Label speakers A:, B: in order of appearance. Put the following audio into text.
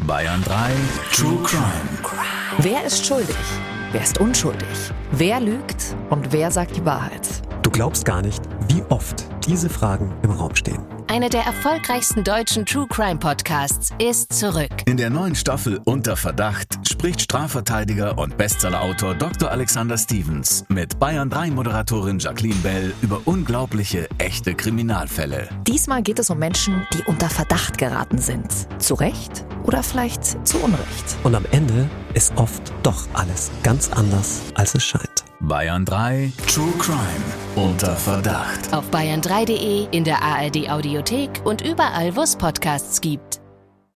A: Bayern 3 True Crime.
B: Wer ist schuldig? Wer ist unschuldig? Wer lügt und wer sagt die Wahrheit?
C: Du glaubst gar nicht, wie oft diese Fragen im Raum stehen.
D: Einer der erfolgreichsten deutschen True Crime Podcasts ist zurück.
A: In der neuen Staffel Unter Verdacht spricht Strafverteidiger und Bestsellerautor Dr. Alexander Stevens mit Bayern 3 Moderatorin Jacqueline Bell über unglaubliche echte Kriminalfälle.
B: Diesmal geht es um Menschen, die unter Verdacht geraten sind. Zu Recht oder vielleicht zu Unrecht.
C: Und am Ende ist oft doch alles ganz anders, als es scheint.
A: Bayern 3 True Crime. Unter Verdacht.
D: Auf bayern3.de, in der ARD Audiothek und überall, wo es Podcasts gibt.